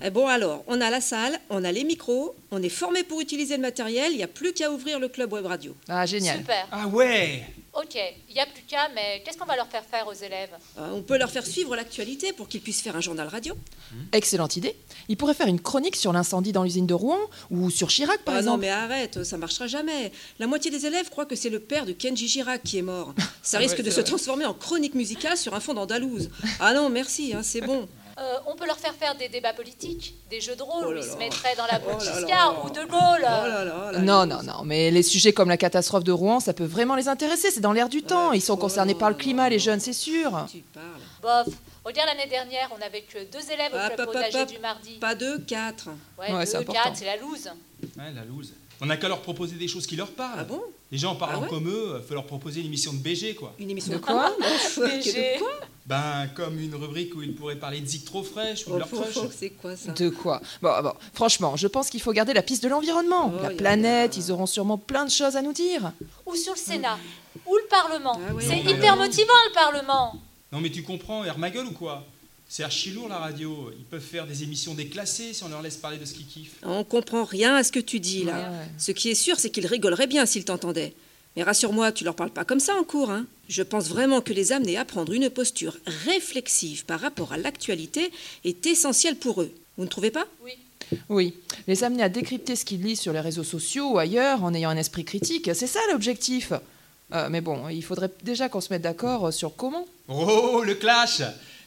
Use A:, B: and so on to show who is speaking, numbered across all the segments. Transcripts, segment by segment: A: Eh bon alors, on a la salle, on a les micros, on est formé pour utiliser le matériel, il n'y a plus qu'à ouvrir le club web radio.
B: Ah, génial.
C: Super.
D: Ah ouais
C: Ok, il n'y a plus qu'à, mais qu'est-ce qu'on va leur faire faire aux élèves
A: Euh, on peut leur faire suivre l'actualité pour qu'ils puissent faire un journal radio.
B: Excellente idée. Il pourrait faire une chronique sur l'incendie dans l'usine de Rouen ou sur Chirac, par
A: ah non
B: exemple.
A: mais arrête, ça marchera jamais. La moitié des élèves croient que c'est le père de Kenji Girac qui est mort. Ça risque
D: Ouais,
A: de
D: c'est
A: se
D: vrai.
A: transformer en chronique musicale sur un fond d'Andalouse. Ah non, merci, hein, c'est bon.
C: Euh, On peut leur faire faire des débats politiques, des jeux de rôle
A: Oh
C: où
A: là
C: ils se
A: là.
C: mettraient dans la peau de
A: Oh là là.
C: Giscard ou de Gaulle.
A: Oh là là, là
B: Euh, Non,
A: là.
B: non, non, mais les sujets comme la catastrophe de Rouen, ça peut vraiment les intéresser, c'est dans l'air du temps. Ils sont
A: oh
B: concernés
A: non,
B: par le
A: non,
B: climat, les
A: non.
B: jeunes, c'est sûr.
A: Tu parles.
C: Bof, regarde l'année dernière, on n'avait que deux élèves au
A: Ah,
C: club
A: pop, pop,
C: potager
A: pop.
C: du mardi.
A: Pas deux, quatre.
C: Ouais,
B: Ouais, c'est
C: deux,
B: important.
C: quatre, c'est la loose.
D: Ouais, la loose. On n'a qu'à leur proposer des choses qui leur parlent.
A: Ah bon
D: Les gens en parlant
A: Ah ouais
D: comme eux, euh, faut leur proposer une émission de BG, quoi.
A: Une émission
B: De quoi
A: Non, fuck,
C: BG.
A: Euh, de quoi
D: Ben, comme une rubrique où ils pourraient parler de zik trop fraîche ou de
A: Oh,
D: leur
A: oh,
D: crush.
A: oh, C'est quoi ça
B: De quoi bon, bon, franchement, je pense qu'il faut garder la piste de l'environnement.
A: Oh, y
B: la
A: a-
B: planète,
A: y a-
B: ils auront sûrement plein de choses à nous dire.
C: Ou sur le Sénat, ou le Parlement.
A: Ah ouais.
C: c'est
D: Non,
C: hyper
D: mais-
C: motivant le Parlement.
D: Non mais tu comprends, air ma gueule ou quoi C'est archi lourd la radio. Ils peuvent faire des émissions déclassées si on leur laisse parler de ce qu'ils kiffent.
A: On comprend rien à ce que tu dis là.
B: Ouais.
A: Ce qui est sûr, c'est qu'ils rigoleraient bien s'ils t'entendaient. Mais rassure-moi, tu leur parles pas comme ça en cours, hein. Je pense vraiment que les amener à prendre une posture réflexive par rapport à l'actualité est essentiel pour eux. Vous ne trouvez pas
C: Oui.
B: Oui, les amener à décrypter ce qu'ils lisent sur les réseaux sociaux ou ailleurs en ayant un esprit critique, c'est ça l'objectif. Euh, mais bon, il faudrait déjà qu'on se mette d'accord euh, sur comment.
D: Oh, le clash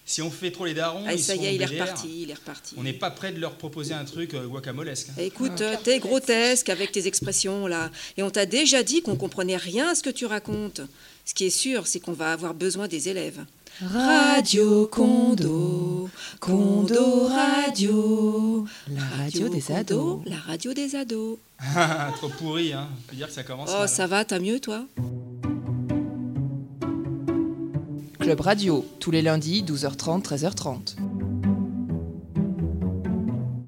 D: Si on fait trop les darons,
A: Ah,
D: ils
A: ça y
D: seront
A: est, il est
D: BDR.
A: reparti, il est reparti.
D: On n'est pas prêt de leur proposer un truc euh, guacamolesque. hein.
A: Écoute, euh, t'es grotesque avec tes expressions là, et on t'a déjà dit qu'on comprenait rien à ce que tu racontes. Ce qui est sûr, c'est qu'on va avoir besoin des élèves. Radio Condo, Condo Radio,
B: La radio des
A: Condo,
B: ados.
A: la radio des ados.
D: Ah, trop pourri, hein. On peut dire que ça commence
A: Oh,
D: mal.
A: ça va, t'as mieux toi
B: Club Radio, tous les lundis, 12h30, 13h30.